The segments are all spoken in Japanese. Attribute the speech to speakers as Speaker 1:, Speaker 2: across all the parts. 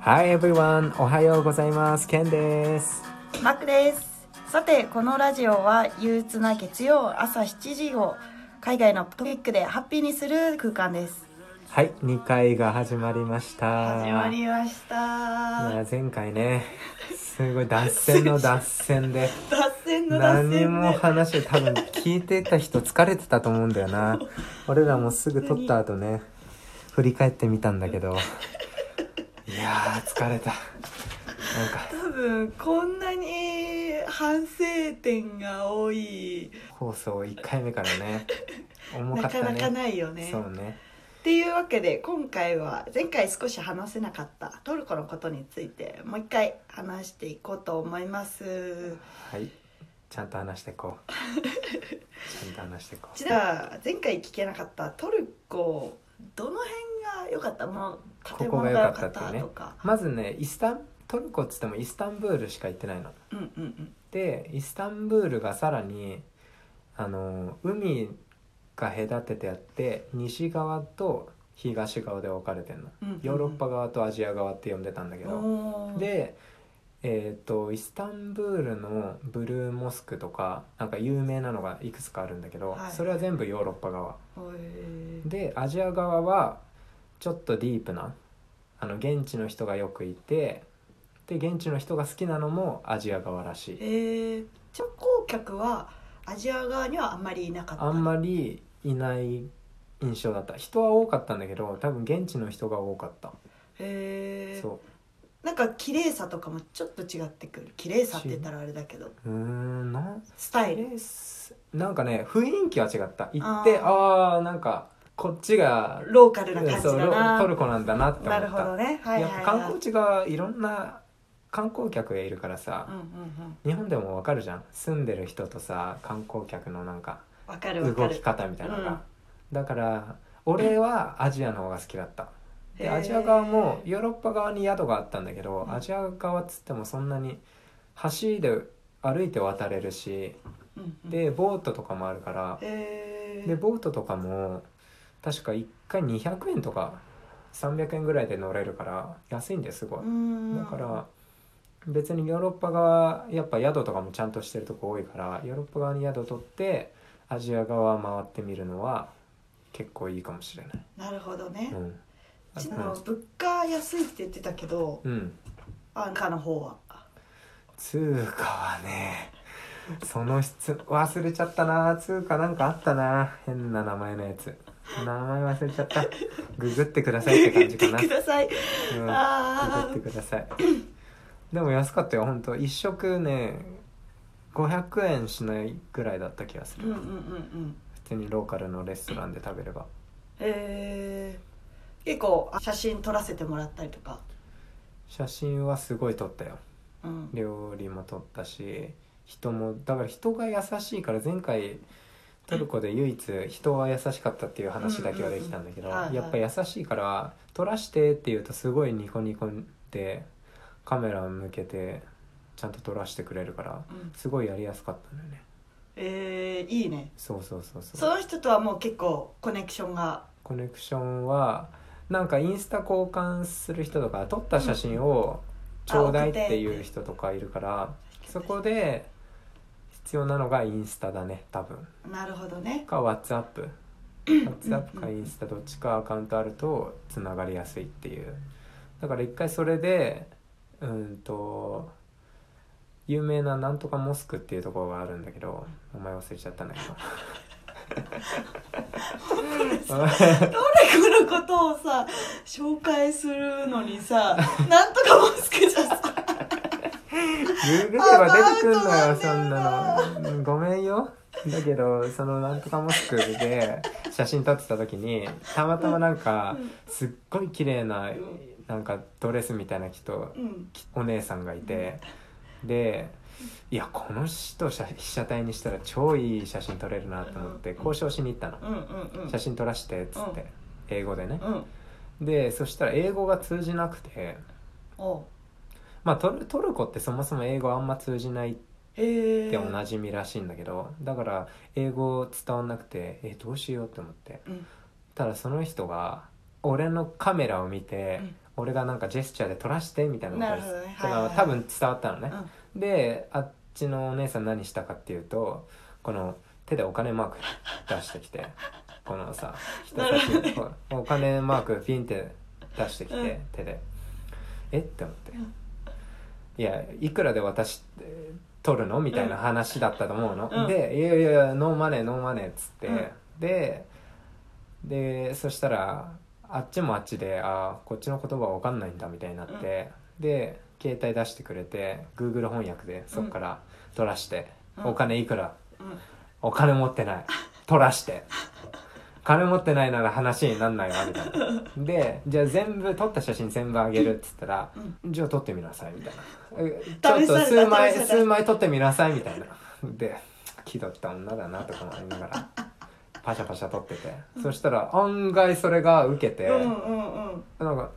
Speaker 1: Hi everyone! おはようございます。ケンです。
Speaker 2: マックですさてこのラジオは憂鬱な月曜朝7時を海外のトピックでハッピーにする空間です
Speaker 1: はい、2回が始まりました。
Speaker 2: 始まりまし
Speaker 1: い
Speaker 2: た
Speaker 1: や前回ね、すごい脱線の脱線で、
Speaker 2: 脱線の脱
Speaker 1: 何
Speaker 2: 線
Speaker 1: も
Speaker 2: で
Speaker 1: 話を多分聞いてた人疲れてたと思うんだよな。俺らもすぐ撮った後ね、振り返ってみたんだけど、いやー疲れた。なんか、
Speaker 2: 多分こんなに反省点が多い
Speaker 1: 放送1回目からね、重か
Speaker 2: な
Speaker 1: った
Speaker 2: か
Speaker 1: ね。
Speaker 2: なかないよね
Speaker 1: そうね。
Speaker 2: っていうわけで今回は前回少し話せなかったトルコのことについてもう一回話していこうと思います
Speaker 1: はいちゃんと話していこうちゃんと話していこう
Speaker 2: じゃあ前回聞けなかったトルコどの辺が良かったもう建
Speaker 1: ここ
Speaker 2: 物
Speaker 1: が
Speaker 2: が
Speaker 1: 良か
Speaker 2: 良
Speaker 1: っ
Speaker 2: か
Speaker 1: た
Speaker 2: っ
Speaker 1: っていう
Speaker 2: た
Speaker 1: ね
Speaker 2: とか
Speaker 1: まずねイスタントルコっつってもイスタンブールしか行ってないの
Speaker 2: うんうんうん
Speaker 1: でイスタンブールがさらにあの海が隔ててあって西側と東側で分かれてんの
Speaker 2: うんうん
Speaker 1: ヨーロッパ側とアジア側って呼んでたんだけど
Speaker 2: おー
Speaker 1: でえー、とイスタンブールのブルーモスクとかなんか有名なのがいくつかあるんだけど、
Speaker 2: はい
Speaker 1: それは全部ヨーロッパ側
Speaker 2: おー
Speaker 1: でアジア側はちょっとディープなあの現地の人がよくいてで現地の人が好きなのもアジア側らしい
Speaker 2: えー、観光客はアジア側にはあんまりいなかった
Speaker 1: あんまりいない印象だった人は多かったんだけど多分現地の人が多かった
Speaker 2: へえ
Speaker 1: そ
Speaker 2: なんか綺麗さとかもちょっと違ってくる綺麗さって言ったらあれだけど
Speaker 1: ううーんなん
Speaker 2: スタイル
Speaker 1: なんかね雰囲気は違った行ってああーなんかこっちが
Speaker 2: ローカルな感じ
Speaker 1: そう
Speaker 2: だな
Speaker 1: トルコなんだなって思
Speaker 2: な
Speaker 1: っ
Speaker 2: る
Speaker 1: た
Speaker 2: ほどねはい
Speaker 1: や
Speaker 2: はいは
Speaker 1: っ
Speaker 2: い
Speaker 1: ぱ観光地がいろんな観光客がいるからさ、
Speaker 2: うんうんうん
Speaker 1: 日本でもわかるじゃん住んでる人とさ観光客のなんか
Speaker 2: わかるわか
Speaker 1: 動
Speaker 2: る
Speaker 1: き方みたいなのが、
Speaker 2: うん
Speaker 1: だから俺はアジアの方が好きだった
Speaker 2: へ
Speaker 1: で
Speaker 2: ー
Speaker 1: アジア側もヨーロッパ側に宿があったんだけど、
Speaker 2: うん
Speaker 1: アジア側っつってもそんなに橋で歩いて渡れるし
Speaker 2: うんうん
Speaker 1: でボートとかもあるから、
Speaker 2: へー
Speaker 1: でボートとかも確か1回200円とか300円ぐらいで乗れるから安いんですごい、だ
Speaker 2: だ
Speaker 1: から別にヨーロッパ側やっぱ宿とかもちゃんとしてるとこ多いからヨーロッパ側に宿取ってアジア側回ってみるのは結構いいかもしれない。
Speaker 2: なるほどね
Speaker 1: う、ん、あ
Speaker 2: ちなみに物価安いって言ってたけど
Speaker 1: うん、うん
Speaker 2: 安価の方は
Speaker 1: 通貨はねその質忘れちゃったな通貨なんかあったな変な名前のやつ名前忘れちゃったググってくださいって感 じかな
Speaker 2: ください、
Speaker 1: うん
Speaker 2: あ
Speaker 1: 送ってくださいでも安かったよ本当一食ね500円しないぐらいだった気がす
Speaker 2: ー
Speaker 1: る、
Speaker 2: うんうんう
Speaker 1: 普
Speaker 2: ん
Speaker 1: 通にローカルのレストランで食べれば
Speaker 2: えー、結構写真撮らせてもらったりとか、
Speaker 1: 写真はすごい撮ったよ
Speaker 2: うん、
Speaker 1: 料理も撮ったし人もだから人が優しいから前回トルコで唯一人は優しかったっていう話だけはできたんだけど、
Speaker 2: うんうんうんはいはい
Speaker 1: やっぱ優しいから「撮らして」って言うとすごいニコニコでカメラ向けてちゃんと撮らしてくれるから
Speaker 2: うん
Speaker 1: すごいやりやすかったんだよね
Speaker 2: えー、いいね
Speaker 1: そうそうそうそう
Speaker 2: その人とはもう結構コネクションが
Speaker 1: コネクションはなんかインスタ交換する人とか撮った写真をちょうだいっていう人とかいるからそこで必要なのがインスタだね多分
Speaker 2: なるほどね
Speaker 1: か WhatsApp WhatsApp かインスタどっちかアカウントあるとつながりやすいっていうだから一回それでうんと有名ななんとかモスクっていうところがあるんだけど名前忘れちゃったんだけ ど
Speaker 2: トルコのことをさ紹介するの にさなんとかモスクじゃさ
Speaker 1: ググれば出てくんのよそんなのごめんよだけどそのなんとかモスクで写真撮ってた時にたまたまなんかすっごい綺麗ななんかドレスみたいな人
Speaker 2: うん
Speaker 1: お姉さんがいてでいやこの人写被写体にしたら超いい写真撮れるなと思って交渉しに行ったの
Speaker 2: うんうんうん
Speaker 1: 写真撮らしてっつって英語でね
Speaker 2: うん
Speaker 1: でそしたら英語が通じなくて
Speaker 2: おう
Speaker 1: まあトルトルコってそもそも英語あんま通じない
Speaker 2: へえ
Speaker 1: っておなじみらしいんだけどだから英語伝わんなくてえどうしようって思って
Speaker 2: うん
Speaker 1: ただその人が俺のカメラを見て、
Speaker 2: うん
Speaker 1: 俺がなんかジェスチャーで撮らしてみたいなことです
Speaker 2: なるほどね
Speaker 1: だから
Speaker 2: はいはい
Speaker 1: 多分伝わったのね、
Speaker 2: う
Speaker 1: であっちのお姉さん何したかっていうとこの手でお金マーク出してきて このさ人
Speaker 2: なる
Speaker 1: 差
Speaker 2: ほ
Speaker 1: し
Speaker 2: ど
Speaker 1: 指こうお金マークピンって出してきて、
Speaker 2: うん
Speaker 1: 手でえって思って、
Speaker 2: うん
Speaker 1: いやいくらで私えー取るのみたいな話だったと思うの、
Speaker 2: うん
Speaker 1: で「いやいやいやノーマネーノーマネー」っつって、
Speaker 2: うん
Speaker 1: ででそしたらあっちもあっちであーこっちの言葉わかんないんだみたいになって、で携帯出してくれて Google 翻訳でそっから取らして、
Speaker 2: うん
Speaker 1: お金いくら
Speaker 2: うん
Speaker 1: お金持ってない取らして金持ってないなら話になんないわみたいなでじゃあ全部撮った写真全部あげるっつったら、じゃあ撮ってみなさいみたいなえちょっ
Speaker 2: 試さ
Speaker 1: と数
Speaker 2: れた
Speaker 1: 枚
Speaker 2: 試された
Speaker 1: 数枚撮ってみなさいみたいなで気取った女だなとか思いながらパシャパシャ撮ってて、そしたら案外それが受けて、
Speaker 2: うんうんうん
Speaker 1: なんか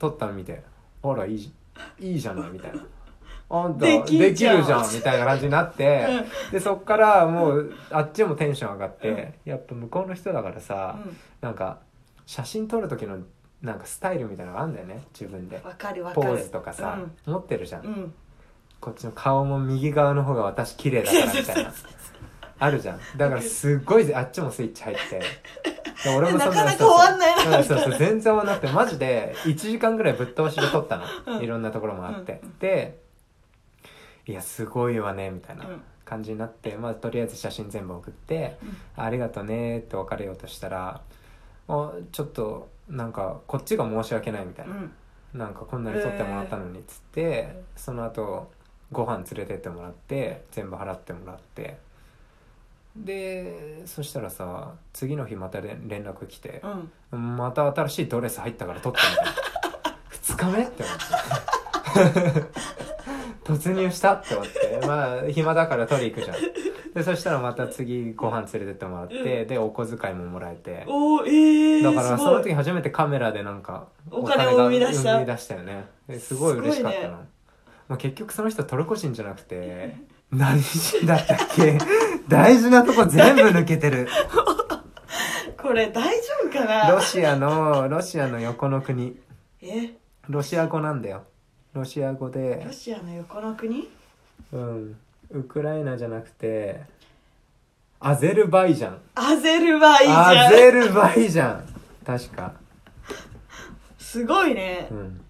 Speaker 1: 撮ったの見て「あらいいじいいじゃない」みたいな「あんた
Speaker 2: で
Speaker 1: で
Speaker 2: き
Speaker 1: き
Speaker 2: ん
Speaker 1: る
Speaker 2: じ
Speaker 1: じ
Speaker 2: ゃん
Speaker 1: ゃん」みたいな感じになって、でそっからもうあっちもテンション上がって、やっぱ向こうの人だからさ、なんか写真撮る時のなんかスタイルみたいなのがあるんだよね自分で
Speaker 2: うんわかるわか
Speaker 1: ポ
Speaker 2: る
Speaker 1: ーズとかさ、持ってるじゃん、
Speaker 2: うんうん
Speaker 1: こっちの顔も右側の方が私綺麗だからみたいなあるじゃんだからすっごいあっちもスイッチ入ってで俺もそんな
Speaker 2: なかなか終わんないな
Speaker 1: そうそうそうそう全然終わんなくてマジで1時間ぐらいぶっ通しで撮ったの、
Speaker 2: うん
Speaker 1: いろんなところもあって、でいやすごいわねみたいな
Speaker 2: うん
Speaker 1: 感じになって、まあ、とりあえず写真全部送って「ありがとね」って別れようとしたらあちょっとなんかこっちが申し訳ないみたいうな、
Speaker 2: ん
Speaker 1: なんかこんなに撮ってもらったのにっつって、その後ご飯連れてってもらって全部払ってもらってでそしたらさ次の日また連連絡来て
Speaker 2: う、ん
Speaker 1: また新しいドレス入ったから撮ってみたいな 2日目って思って 突入したって思ってまあ暇だから撮り行くじゃんでそしたらまた次ご飯連れてってもらって、でお小遣いももらえて
Speaker 2: おーええ
Speaker 1: だから
Speaker 2: す
Speaker 1: そ
Speaker 2: ご
Speaker 1: の
Speaker 2: い
Speaker 1: 時初めてカメラでなんか
Speaker 2: お金を生み出した
Speaker 1: お金が生み出したよねですごい嬉しかった
Speaker 2: すごい
Speaker 1: な、
Speaker 2: ね
Speaker 1: まあ、結局その人トルコ人じゃなくて 何人だったっけ 大事なとこ全部抜けてる
Speaker 2: これ大丈夫か
Speaker 1: ロ
Speaker 2: な
Speaker 1: シアのロシアの横の国
Speaker 2: え
Speaker 1: ロシア語なんだよロシア語で
Speaker 2: ロ、シアの横の国
Speaker 1: うん、ウクライナじゃなくてアゼルバイジャン
Speaker 2: アゼルバイジ
Speaker 1: ア
Speaker 2: ャン
Speaker 1: ゼルバイジャン確か
Speaker 2: すごいね
Speaker 1: うん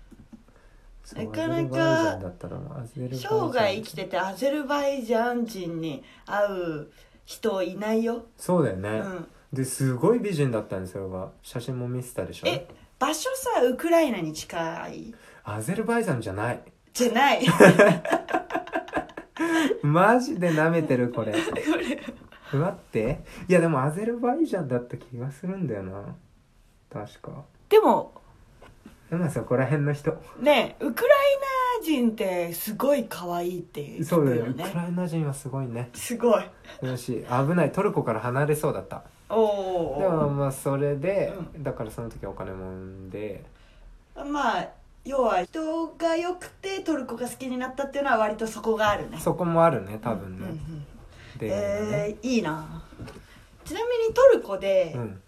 Speaker 1: そう
Speaker 2: なかな
Speaker 1: アゼルバ
Speaker 2: か
Speaker 1: イジャンだったらアゼルバイジャン
Speaker 2: 生涯生きててアゼルバイジャン人に会う人いないよ、
Speaker 1: そうだよ
Speaker 2: う
Speaker 1: ね、
Speaker 2: ん、
Speaker 1: ですごい美人だったんですよ俺は写真も見せたでしょ
Speaker 2: え場所さウクライナに近い
Speaker 1: アゼルバイジャンじゃない
Speaker 2: じゃない
Speaker 1: マジで舐めてるこ れ
Speaker 2: これ
Speaker 1: 待っていやでもアゼルバイジャンだった気がするんだよな確か
Speaker 2: でも
Speaker 1: でもそこら辺の人
Speaker 2: ねウクライナ人ってすごい可愛いって聞
Speaker 1: そうだ
Speaker 2: く
Speaker 1: よ
Speaker 2: よ
Speaker 1: ウク
Speaker 2: ね
Speaker 1: ライナ人はすごいね
Speaker 2: すごい
Speaker 1: よし危ないトルコから離れそうだった
Speaker 2: お
Speaker 1: でも
Speaker 2: お
Speaker 1: まあそれで、
Speaker 2: う
Speaker 1: だからその時お金もんで
Speaker 2: まあ要は人が良くてトルコが好きになったっていうのは割とそこがあるね
Speaker 1: そこもあるね多分
Speaker 2: う
Speaker 1: ね、
Speaker 2: んうん
Speaker 1: で、ね
Speaker 2: えー、いいなちなみにトルコで、
Speaker 1: うん、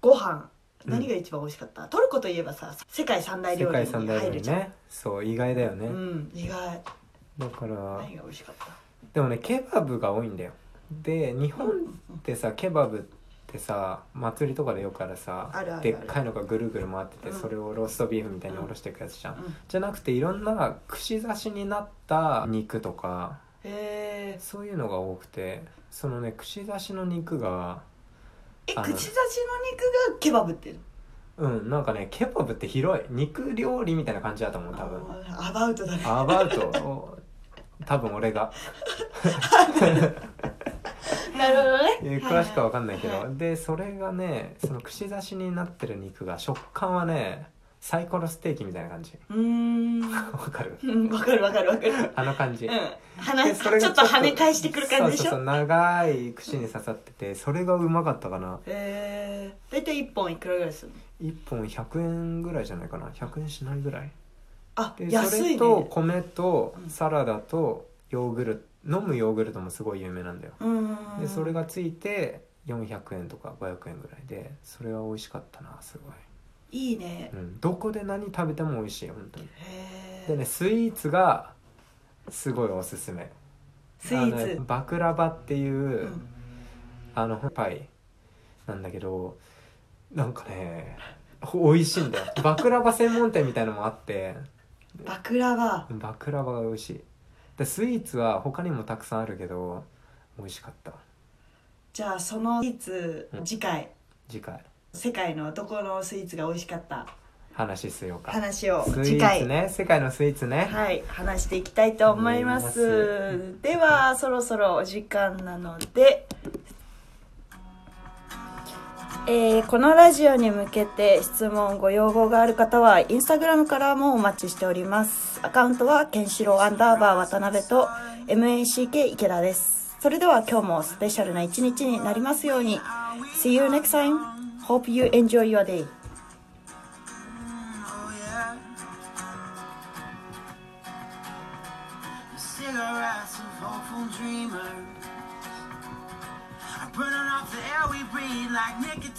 Speaker 2: ご飯
Speaker 1: うん
Speaker 2: 何が一番美味しかった、トルコといえばさ世界三大
Speaker 1: 世
Speaker 2: 料理
Speaker 1: 界
Speaker 2: に
Speaker 1: 三大料
Speaker 2: 入る
Speaker 1: 理
Speaker 2: じゃん、
Speaker 1: ねそう意外だよね、
Speaker 2: うん意外
Speaker 1: だから
Speaker 2: 何が美味しかった
Speaker 1: でもねケバブが多いんだよで日本ってさケバブってさ祭りとかでよくあるさ
Speaker 2: あるあるある
Speaker 1: でっかいのがぐるぐる回ってて、
Speaker 2: うん
Speaker 1: それをローストビーフみたいにおろしていくやつじゃん、
Speaker 2: うん
Speaker 1: じゃなくていろんな串刺しになった肉とか
Speaker 2: へー
Speaker 1: そういうのが多くてそのね串刺しの肉が
Speaker 2: え
Speaker 1: あ
Speaker 2: 口
Speaker 1: の
Speaker 2: 差しの肉がケバブっていうの
Speaker 1: うんなんかねケバブって広い肉料理みたいな感じだと思う多分
Speaker 2: あー アバウトだね
Speaker 1: アバウトを多分俺が
Speaker 2: なるほどね
Speaker 1: えー詳しくは分かんないけど、
Speaker 2: はは
Speaker 1: でそれがねその串刺しになってる肉が食感はねサイコロステーキみたいな感じ
Speaker 2: うーん
Speaker 1: わかる
Speaker 2: うんわかるわかるわかる
Speaker 1: あの感じ、
Speaker 2: うん
Speaker 1: で
Speaker 2: 話ち
Speaker 1: そ
Speaker 2: ょ
Speaker 1: れ
Speaker 2: っ
Speaker 1: が
Speaker 2: と跳ね返してくる感じでし
Speaker 1: そうそうそ
Speaker 2: ょ
Speaker 1: う長い串に刺さっててそれがうまかったかな
Speaker 2: へえ大体一本いくらぐらいするの
Speaker 1: 1本100円ぐらいじゃないかな100円しないぐらい
Speaker 2: あ
Speaker 1: でそ
Speaker 2: 安い
Speaker 1: れ
Speaker 2: ね
Speaker 1: と米と
Speaker 2: うん
Speaker 1: サラダとヨーグルト飲むヨーグルトもすごい有名なんだよ
Speaker 2: うーん
Speaker 1: でそれがついて400円とか500円ぐらいでそれは美味しかったなすごい
Speaker 2: いいね
Speaker 1: うん、どこで何食べても美味しい本当に
Speaker 2: へ
Speaker 1: で
Speaker 2: え
Speaker 1: ねスイーツがすごいおすすめ
Speaker 2: スイー
Speaker 1: あのね
Speaker 2: ツ
Speaker 1: バクラバっていう、
Speaker 2: うん
Speaker 1: あのパイなんだけどなんかね美味しいんだよバクラバ専門店みたいのもあって
Speaker 2: バクラバ
Speaker 1: バクラバが美味しいでスイーツは他にもたくさんあるけど美味しかった
Speaker 2: じゃあそのスイーツ
Speaker 1: うん
Speaker 2: 次回
Speaker 1: 次回
Speaker 2: 世界のどこのスイーツが美味しかった
Speaker 1: 話しようか
Speaker 2: 話を
Speaker 1: スイ
Speaker 2: 次
Speaker 1: ーツ
Speaker 2: 回
Speaker 1: ね世界のスイーツね、
Speaker 2: はい、話していきたいと思います。
Speaker 1: 思
Speaker 2: では、そろそろお時間なので、えーこのラジオに向けて質問、ご要望がある方は、インスタグラムからもお待ちしております。アカウントは、ケンシロウアンダーバー渡辺と、MACK 池田です。それでは今日もスペシャルな一日になりますように。See you next time. Hope you enjoy your day.
Speaker 3: Oh yeah. Cigarettes of hopeful dreamers are burning off the air we breathe like nicotine.